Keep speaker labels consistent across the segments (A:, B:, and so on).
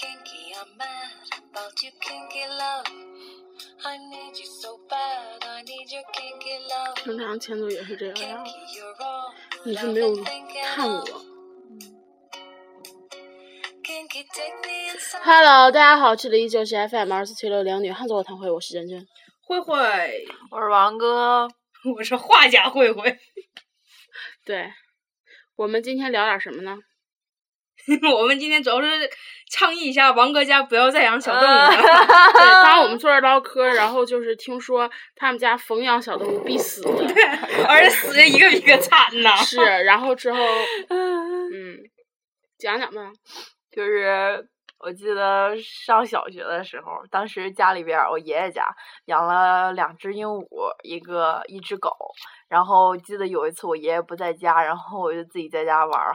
A: I'm mad about your kinky love. I need you so bad. I need your kinky love.
B: 正常前奏也是这样呀
A: Kinky,。you're all
B: 你是
A: I've
B: 没有
A: been thinking
B: 看
A: of.
B: 过。
A: Kinky, take me inside.
B: Hello，大家好，这里依旧是 FM 二四七六零女汉子座谈会，我是珍珍。
C: 慧慧，
D: 我是王哥，
C: 我是画家慧慧，
B: 对，我们今天聊点什么 呢？
C: 我们今天主要是倡议一下王哥家不要再养小动物
A: 啊
C: 了。
B: 对，
D: 了。
B: 刚刚我们坐这唠嗑，然后就是听说他们家冯养小动物必死的
C: 而且死的一个比一个惨呐！
B: 是，然后 之后，嗯，讲讲吧。
D: 就是我记得上小学的时候，当时家里边儿我爷爷家养了两只鹦鹉，一个一只狗。然后记得有一次我爷爷不在家，然后我就自己在家玩儿，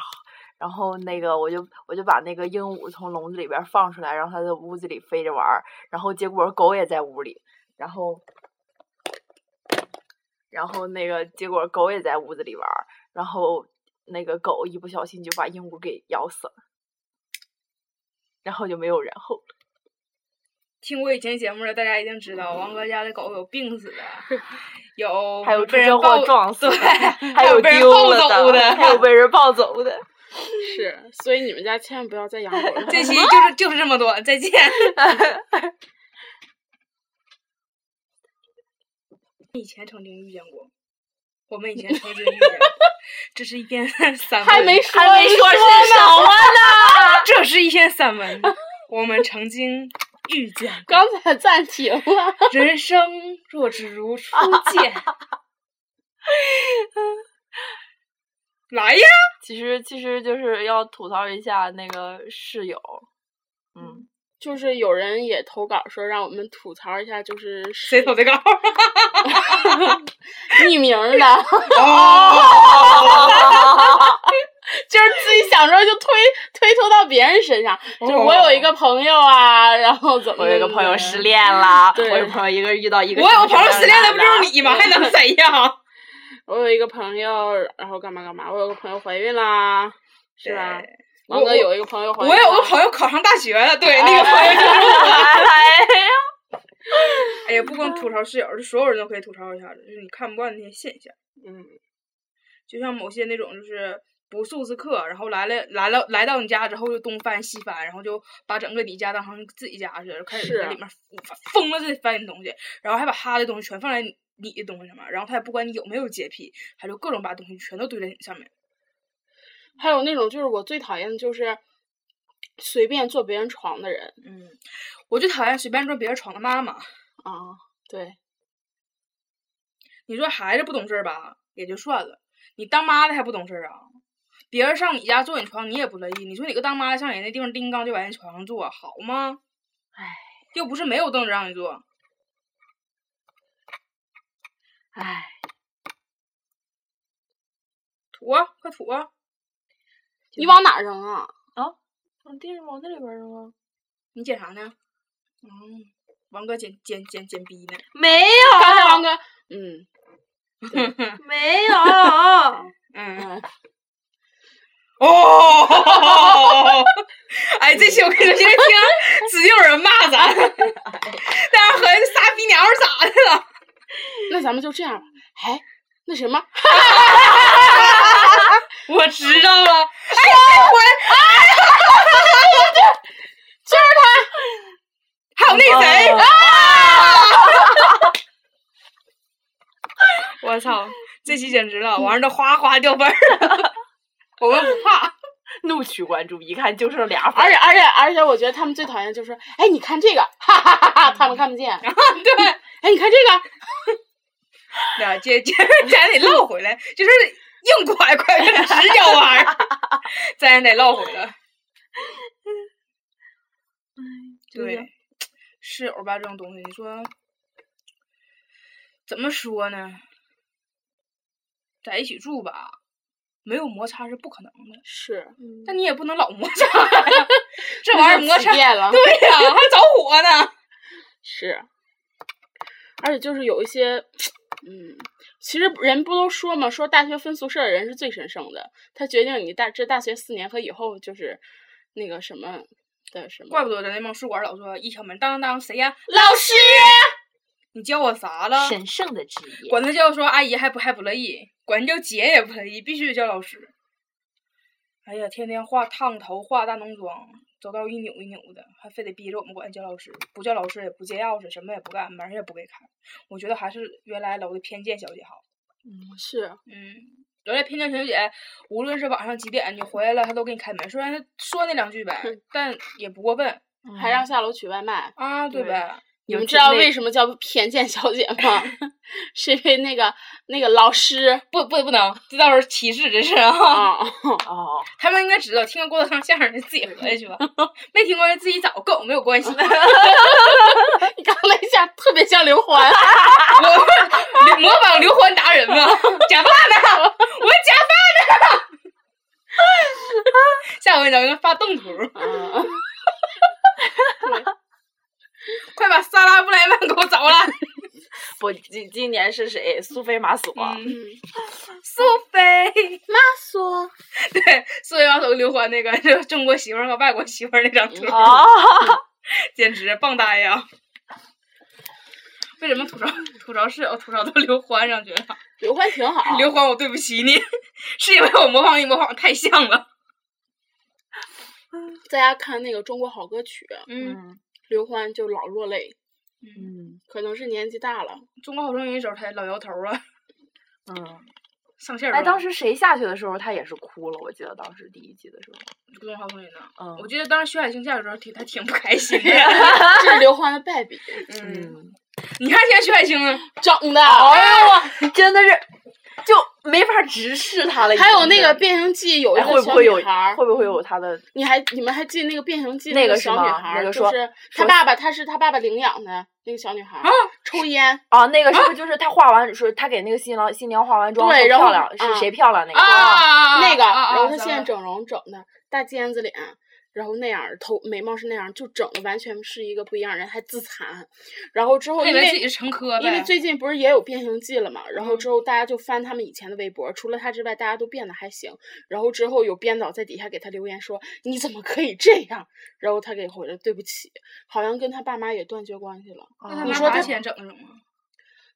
D: 然后那个我就我就把那个鹦鹉从笼子里边儿放出来，然后它在屋子里飞着玩儿，然后结果狗也在屋里，然后。然后那个结果狗也在屋子里玩儿，然后那个狗一不小心就把鹦鹉给咬死了。然后就没有然后了。
C: 听过以前节目的大家一定知道，王哥家的狗有 病死的，有
D: 还有
C: 被
D: 出
C: 人
D: 车
C: 抱
D: 祸撞死
C: 对
D: 的，
C: 还
D: 有
C: 被人
D: 丢
C: 抱
D: 了
C: 走的。
D: 还有被人抱走 的。
B: 是，所以你们家千万不要再养狗了。
C: 这期就是就是这么多，再见。你以前曾经遇见过，我们以前曾经 遇见过，这是一篇散文，
B: 还没说
D: 还没
B: 呢
D: 说是什么呢？
C: 这是一篇散文，我们曾经遇见过。
B: 刚才暂停了。
C: 人生若只如初 见。来呀！
D: 其实其实就是要吐槽一下那个室友，嗯，
B: 就是有人也投稿说让我们吐槽一下，就是
C: 谁投的稿？
B: 匿名的，
C: 哦
B: 就是自己想着就推推脱到别人身上。就是我有一个朋友啊，然后怎么
D: 我有一个朋友
B: 怎么
D: 失恋啦，
B: 对
D: 我有朋友一个遇到一个
C: 我有朋友失恋
D: 了，
C: 的 不就 是你吗？还能怎样？
B: 我有一个朋友，然后干嘛干嘛，我有个朋友怀孕啦，是吧？
C: 我
B: 王哥有一个朋友怀
C: 啊我
B: 孕，
C: 有个朋友考上大学了，对，
B: 哎
C: 那个朋友就是我。
D: 来
C: 哎呀，不光吐槽室友，是所有人都可以吐槽一下的，就是你看不惯那些现象，
B: 嗯，
C: 就像某些那种就是。不速之客，然后来了来了来到你家之后就东翻西翻，然后就把整个你家当成自己家似的，开始
B: 是啊
C: 在里面疯了似的翻你东西，然后还把他的东西全放在你的东西上面，然后他也不管你有没有洁癖，他就各种把东西全都堆在你上面。
B: 还有那种就是我最讨厌的就是随便坐别人床的人
C: 嗯，我最讨厌随便坐别人床的妈妈。
B: 啊，对，
C: 你说孩子不懂事儿吧，也就算了，你当妈的还不懂事儿啊？别人上你家坐你床，你也不乐意。你说你个当妈的上人家地方叮当就往人床上坐，好吗？
D: 唉，
C: 又不是没有凳子让你坐。
D: 哎，
C: 吐啊，快吐啊！
B: 你往哪儿扔 啊？
D: 往地上往那里边扔啊？
C: 你捡啥呢？嗯，王哥捡捡捡捡逼呢。
D: 没
B: 刚才王
D: 有，
B: 哥，嗯，
D: 没 有。
C: 嗯，
B: 嗯
C: 哦， 哎，这期我跟你说，现在听指定有人骂咱， 但是和傻逼娘们儿咋的了？
B: 那咱们就这样吧。哎，那什么，
C: 我知道了，哎，这回，哎，对对对，就是他，还有
D: 哦
C: 那谁，我操，这期简直了，完了，哗哗掉分儿了， 我们不怕，
D: 怒取关注，一看就剩
C: 哎
D: 俩分
B: 而且而且而且，我觉得他们最讨厌就是说，哎，你看这个，哈哈哈哈，他们看不见。
C: 对。
B: 哎，你看这个，
C: 那这这咱得唠回来，就是硬拐拐跟直角弯儿，咱得唠回来。
D: 对
C: 对
D: 呀，
C: 室友吧这种东西，你说怎么说呢？在一起住吧，没有摩擦是不可能的，
B: 是
C: 但你也不能老摩擦呀，这玩意儿摩擦，对
B: 变了，
C: 呀、还着火呢。
B: 是。而且就是有一些，嗯，其实人不都说嘛，说大学分宿舍的人是最神圣的，他决定你大这大学四年和以后就是那个什么对，是吗？
C: 怪不得在那帮宿管老说一敲门，当当当，谁呀？
B: 老师，
C: 你叫我啥了？
D: 神圣的职业。
C: 管他叫说阿姨还不还不乐意，管人叫姐也不乐意，必须得叫老师。哎呀，天天化烫头、化大浓妆，走道一扭一扭的，还非得逼着我们管人叫老师，不叫老师也不借钥匙，什么也不干，门儿也不给开。我觉得还是原来楼的偏见小姐好。
B: 是
C: 嗯，原来偏见小姐，无论是晚上几点你回来了，她都给你开门，虽然她说那两句呗，但也不过分
B: 还让下楼取外卖。
C: 啊，对
D: 对
C: 呗？
B: 你
D: 有
B: 们
D: 几
B: 知道
D: 类
B: 为什么叫偏见小姐吗？ 是因为那个那个老 师
C: 不不不能，这到时候歧视这是啊！
B: 啊，
D: 哦，
C: 他们应该知道，听个郭德纲相声的自己回去 吧，没听过就自己找，跟我没有关系。
B: 你刚那一下特别像刘欢，
C: 我模仿刘欢达人嘛，假发呢？我假发呢？ 下回咱们发动图，快把莎拉布莱曼给我找来。
D: 不，今今年是谁？苏菲玛索。
C: 嗯，苏菲。
B: 说
C: 对，苏菲玛索跟刘欢那个， 就是中国媳妇儿和外国媳妇儿那张图，
D: 啊，
C: 简直棒呆呀！为什么吐槽吐槽室哦友吐槽到刘欢上去了？
B: 刘欢挺好，
C: 刘欢，我对不起你，是因为我模仿你模仿得太像了。
B: 在家看那个《中国好歌曲》，
C: 嗯
B: 刘欢就老落泪，
C: 嗯，
D: 嗯
B: 可能是年纪大了。
C: 中国好声音的时候他老摇头啊，
D: 嗯。
C: 上线儿
D: 哎，
C: 了
D: 当时谁下去的时候，他也是哭了。我记得当时第一季的时候，
C: 中国好声音呢，
D: 嗯，
C: 我记得当时薛海庆下去的时候挺他挺不开心 的。
B: 这是刘欢的败笔，
C: 嗯，
D: 啊嗯，
C: 你看现在薛海庆呢，
B: 整的。
D: 哎呦，真的是就没法直视他了已经
B: 还
D: 是。
B: 有那个《变形记》有一
D: 哎，
B: 个
D: 会不
B: 小
D: 会有
B: 女孩儿，嗯
D: 会不会有他的？
B: 你还你们还记得那个《变形记》
D: 那
B: 个
D: 个是
B: 小女
D: 吗
B: 孩
D: 那
B: 儿，
D: 个
B: 就
D: 说
B: 是她
D: 说
B: 爸爸，她是她爸爸领养的那个小女孩儿，抽烟，
D: 啊，那个是不是就是他化完说他给那个新郎新娘化完妆
B: 对
D: 说
B: 然后
D: 漂亮
B: 啊
D: 是谁漂亮那个？
C: 啊
B: 那个，然后她
C: 他
B: 现在整容整的大尖子脸，然后那样儿头眉毛是那样儿，就整的完全是一个不一样人，还自残。然后之后
C: 以
B: 因
C: 为自己
B: 为
C: 是前科呗，
B: 因为最近不是也有变形记了嘛，然后
C: 嗯
B: 之后大家就翻他们以前的微博，除了他之外，大家都变得还行。然后之后有编导在底下给他留言说：“你怎么可以这样？”然后他给回了：“对不起，好像跟他爸妈也断绝关系了。”
D: 啊
C: 那他
B: 你
C: 妈
B: 说
C: 花
B: 他
C: 钱整的什么？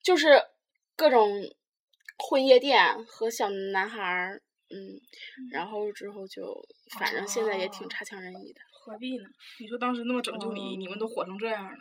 B: 就是各种混夜店和小男孩儿，嗯，哦然后之后就反正现在也挺
D: 哦
B: 差强人意的，
C: 何必呢？你说当时那么拯救
D: 哦
C: 你，你们都火成这样了。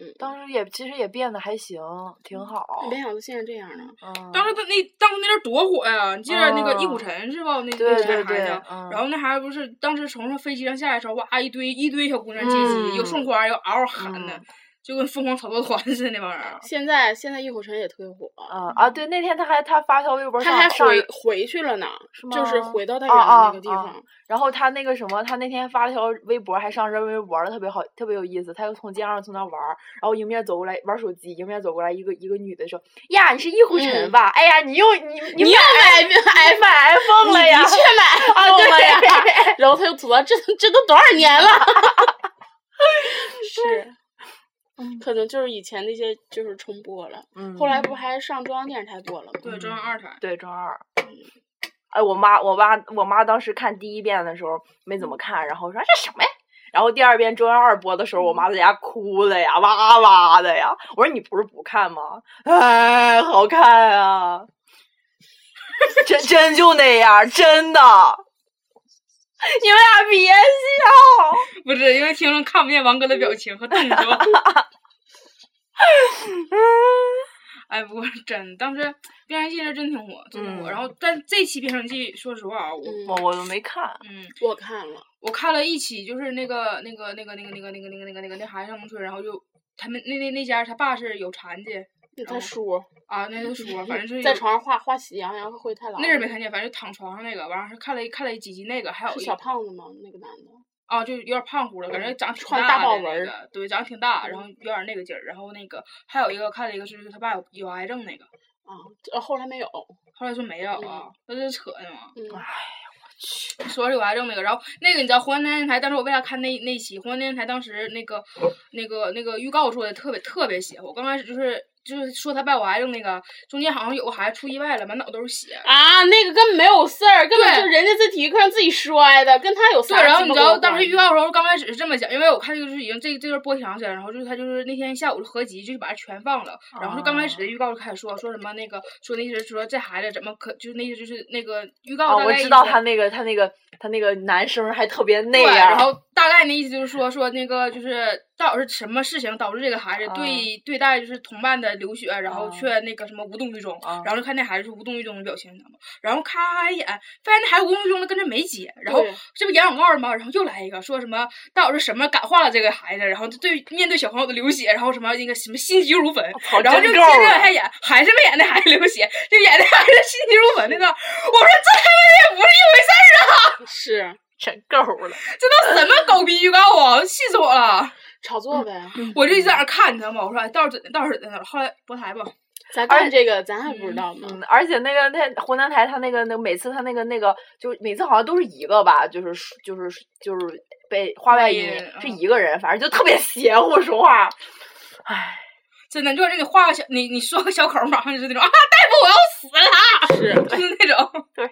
B: 嗯，
D: 当时也其实也变得还行，挺好。
B: 没想到现在这样呢，
D: 嗯
C: 当时他那当时那阵儿多火呀！你记得那个易古辰是吧？那
D: 对
C: 那
D: 对
C: 男孩
D: 对
C: 子，
D: 嗯
C: 然后那孩子不是当时从上飞机上下来的时候，哇，一堆一堆小姑娘接机，
D: 嗯
C: 有送花，有嗷嗷喊的
D: 嗯，
C: 就跟疯狂草莓团似的那帮人儿。
B: 现在现在易火晨也特别火，
D: 嗯啊，对，那天他还他发条微博上，
B: 他还
D: 上
B: 回回去了呢，
D: 是
B: 就是哦
D: 吗
B: 回到他原
D: 啊
B: 来那
D: 啊
B: 个地
D: 啊
B: 方，
D: 然后他那个什么，他那天发了条微博，还上人微博了，特别好，特别有意思。他又从街上从那玩儿，然后迎面走过来玩手机，迎面走过来一个一个女的说：“呀，你是易虎
B: 嗯
D: 晨吧？哎呀，你又你你
B: 你又买
D: 买
B: iPhone
D: 买 iPhone 了呀
B: 你的确 买
D: 啊
B: iPhone 了呀，
D: 对
B: 然后他又吐槽这这都多少年了， 是。可能就是以前那些就是重播了，？”
D: 嗯
B: 后来不还上中央电视台播了吗？
C: 对，中央二台。
D: 对中二。嗯哎，我妈，我妈，我妈当时看第一遍的时候没怎么看，然后说哎这什么呀？然后第二遍中央二播的时候，我妈在家哭的呀，哇哇的呀。我说你不是不看吗？哎，好看啊！真真就那样，真的。你们俩别啊笑。
C: 不是因为听众看不见王哥的表情和动 作。哎，不过真，当时《变形记》是真挺火，真挺
D: 嗯
C: 火。然后，但这期《变形记》，说实话啊，我
B: 嗯
D: 我我没看，
C: 嗯，
B: 我看了，
C: 我看了一期，就是那个那个那个那个那个那个那个那个那个那孩子上农村，然后就他们那那那家他爸是有残疾
B: 那
C: 哦
B: 他叔
C: 啊，那就说反正是
B: 在
C: 有
B: 床上画画喜羊羊和灰太狼，
C: 那是没看见，反正躺床上那个，完了是看了一看了一几集那个，还有
B: 是
C: 一
B: 小胖子吗？那个男的，
C: 啊，就有点胖乎了，感觉长挺
B: 穿
C: 大
B: 大豹
C: 的
B: 纹
C: 那
B: 儿嗯
C: 个，对，长挺大，然后有点那个劲儿，然后那个还有一个看了一个是他爸有有癌症那个，
B: 啊，呃，后来没有，
C: 后来说没有啊，那是扯呢嘛。
B: 嗯，
C: 说是有癌症那个，然后那个你知道湖南电视台，当时我为啥看那 那期湖南电视台当时那个那个那个预告做的特别特别邪乎，我刚开始就是就是说他拜我癌症那个，中间好像有个孩子出意外了，满脑都是 血。
B: 啊，那个根本没有事儿，根本
C: 对
B: 就人家在体育课上自己摔的，跟他有
C: 对，
B: 啥？
C: 然后你知道当时
D: 啊
C: 预，告的时候，刚开始是这么讲，因为我看这个就是已经这这段播挺长时间了，然后就是他就是那天下午合集就是把它全放了，然后就刚开始的预告就开始说说什么那个说那些说这孩子怎么可就是那些就是那个预告
D: 哦，
C: 大
D: 我
C: 概意
D: 知
C: 思
D: 道他那个他那个他那个男生还特别那
C: 对，
D: 样儿，
C: 然后大概那意思就是说说那个就是到底是什么事情导致这个孩子对、
D: 嗯
C: 对待就是同伴的流血，然后
D: 啊
C: 却那个什么无动于衷，
D: 啊
C: 然后就看那孩子是无动于衷的表情，你知道吗？然后咔一眼，发现那孩子无动于衷的跟着没接，然后
B: 对
C: 这不演广告的吗？然后又来一个说什么到底是什么感化了这个孩子，然后对面对小朋友的流血，然后什么那个什么心急如焚，
D: 操
C: 然后就
D: 哦真
C: 接
D: 够
C: 着
D: 了
C: 还演还是没演那孩子流血，就演那孩子心急如焚那个，我说这他妈也不是一回事儿啊！
B: 是
D: 真够了。
C: 这都什么狗逼预告啊！气死我了！
B: 炒
C: 嗯
B: 作呗。
D: 嗯
C: 我就一直在那儿看，你知道吗？我说哎，到底怎的，到底怎的？后来博台吧，
B: 咱
D: 而
B: 干这个，咱还不知
C: 嗯
B: 道呢。
D: 嗯，而且那个那湖南台他那个那每次他那个那个就是每次好像都是一个吧，就是就是就是被花外音
C: 嗯
D: 是一个人，反正就特别 邪乎说话。
C: 真的，就是你画个小，你你说个小口儿，马上就是那种啊，大夫我要死了，是 就是那种，
D: 对，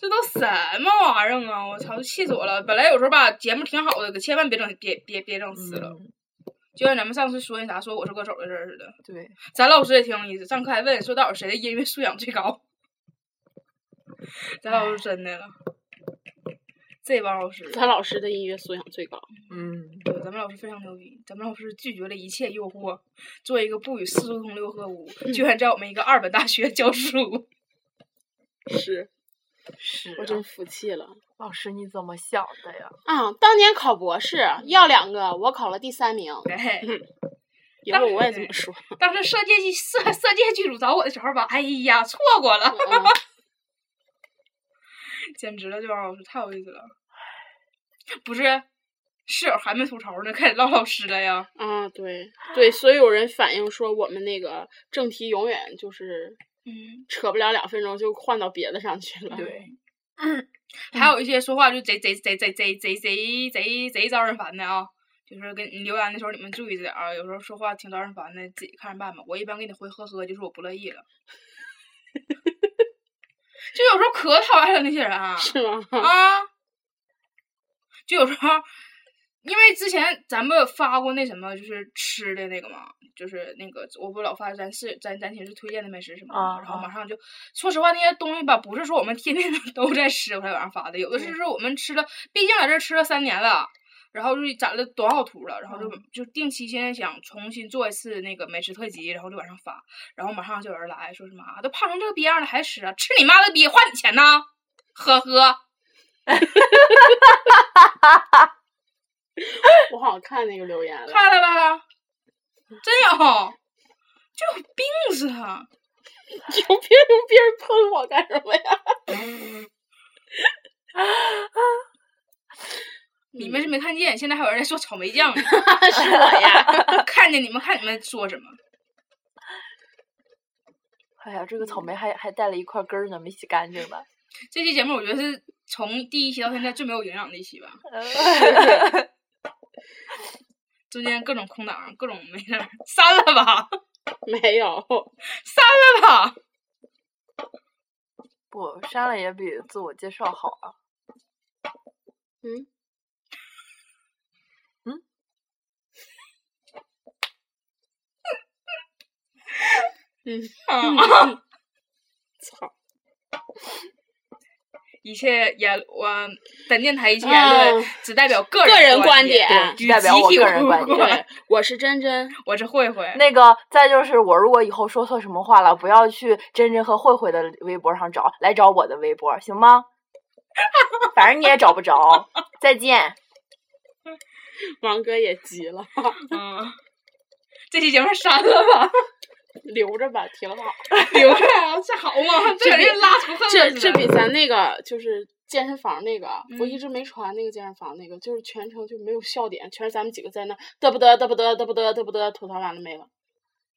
C: 这都什么玩意儿啊！我操，都气死我了！本来有时候吧，节目挺好的，可千万别整，别别别整
D: 嗯
C: 死了。就像咱们上次说那啥，说我是歌手的事儿似的，
D: 对，
C: 咱老师也挺有意思，上课还问说到底谁的音乐素养最 高。咱老师真的了，这帮老师，
B: 咱老师的音乐素养最高，
D: 嗯，
C: 对咱们老师非常牛逼，咱们老师拒绝了一切诱惑，做一个不与世俗同流合污， 居然在我们一个二本大学教 书。
B: 是
D: 是
B: 我
D: 啊
B: 真服气了
D: 老师你怎么想的呀？
B: 啊！当年考博士要两个，我考了第三名。
C: 哎，
B: 以后我也这
C: 当
B: 么说。
C: 当时色戒剧色色戒剧组找我的时候吧，哎呀，错过了，
B: 嗯
C: 简直了，这帮老师太有意思了。不是，室友还没吐槽呢，开始唠老师了呀。
B: 啊，对对，所以有人反映说我们那个正题永远就是
C: 嗯，
B: 扯不了两分钟就换到别的上去了。
D: 对，
C: 还有一些说话就贼贼贼贼贼贼贼贼贼招人烦的啊！就是跟你留言的时候，你们注意着点儿啊，有时候说话挺招人烦的，自己看着办吧。我一般给你回呵呵，就是我不乐意了。 就有时候可讨厌了那些人啊，
B: 是吗？
C: 啊，就有时候，因为之前咱们发过那什么，就是吃的那个嘛，就是那个我不老发咱是咱咱寝室推荐的美食什么的嘛，
D: 啊
C: 然后
D: 啊
C: 马上就说实话那些东西吧，不是说我们天天 都在吃，我才往上发的，有
D: 嗯
C: 的是是我们吃了，毕竟在这儿吃了三年了。然后就攒了多少图了，然后就
D: 嗯
C: 就定期现在想重新做一次那个美食特辑，然后就往上发，然后马上就有人来说什么啊，都胖成这个逼样了还吃啊，吃你妈的逼，花你钱呐，呵呵。
B: 我好像看那个留言了。
C: 看了吧？真有，就有病似
B: 嗯
C: 的。
B: 有别人别人喷我干什么呀？
C: 你们是没看见，现在还有人在说草莓 酱呢，
B: 是我呀。
C: 看见你们看你们说什么？
D: 哎呀，这个草莓
C: 嗯
D: 还还带了一块根儿呢，没洗干净 呢。
C: 这期节目我觉得是从第一期到现在最没有营养的一期吧，中间各种空档，各种没那儿 删了吧，
B: 没有，
C: 删了吧。
D: 不删了也比自我介绍好啊。
B: 嗯，
D: 嗯，
B: 嗯
C: 啊
B: 操！
C: 一切言我本电台一切言论
B: 嗯
C: 只代表个
B: 个人观
C: 观
B: 点
C: 点，
D: 只
C: 与
D: 代
C: 集
D: 表我
C: 体
D: 个人
C: 无
D: 观点
C: 关
B: 对。，我是真真，
C: 我是慧慧，
D: 那个，再就是我如果以后说错什么话了，不要去真真和慧慧的微博上找，来找我的微博，行吗？反正你也找不着。再见。
B: 王哥也急了，
C: 嗯，这期节目删了吧。
B: 留着吧，挺好。
C: 留着啊，这好吗？这人家拉仇恨
B: 这
C: 似
B: 这
C: 的
B: 比咱那个就是健身房那个，我
C: 嗯
B: 一直没传那个健身房那个，就是全程就没有笑点，全是咱们几个在那嘚不嘚嘚不嘚嘚不嘚嘚不嘚吐槽完了没了。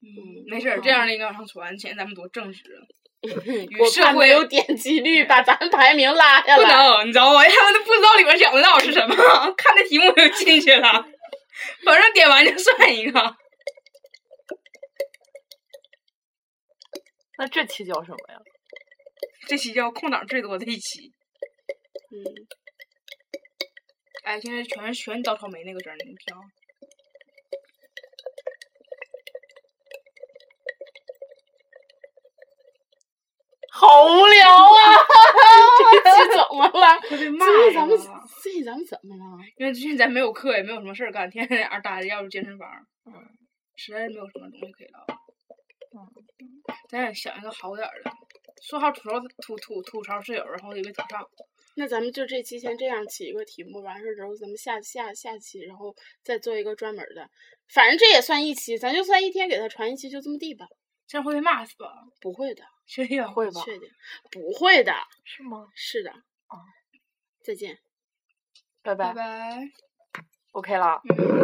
C: 嗯没事儿，这样的应该往上传，显得咱们多正直。
B: 我
C: 嗯社
B: 怕没
C: 会嗯
B: 有点击率把咱们排名拉下
C: 不
B: 来。
C: 能，你知道吗？ 因为他们都不知道里边讲的到底是什么， 看那题目就进去了，反正点完就算一个。
D: 那这期叫什么呀？
C: 这期叫空档最多的一期。
B: 嗯，
C: 哎，现在全是全倒草莓那个声儿，你听啊。
D: 好无聊啊！
B: 这期怎么了？
C: 快被 骂
B: 最近
C: 了
B: 咱们最近咱们怎么了？
C: 因为最近咱没有课，也没有什么事儿干，天天在那儿待着，要不健身房，嗯，实在是没有什么东西可以唠。嗯，咱也想一个好点儿的，说好吐槽吐吐吐槽室友，然后也没吐上。
B: 那咱们就这期先这样起一个题目，完事儿之后咱们下下下期，然后再做一个专门儿的，反正这也算一期，咱就算一天给他传一期，就这么地吧。
C: 这样会被骂死吧？
B: 不会的，
C: 确定？
D: 会吧？
B: 确定？不会的，
D: 是吗？
B: 是的。
D: 哦
B: 再见。
D: 拜
C: 拜
D: 拜
C: 拜。嗯
D: ，OK 啦。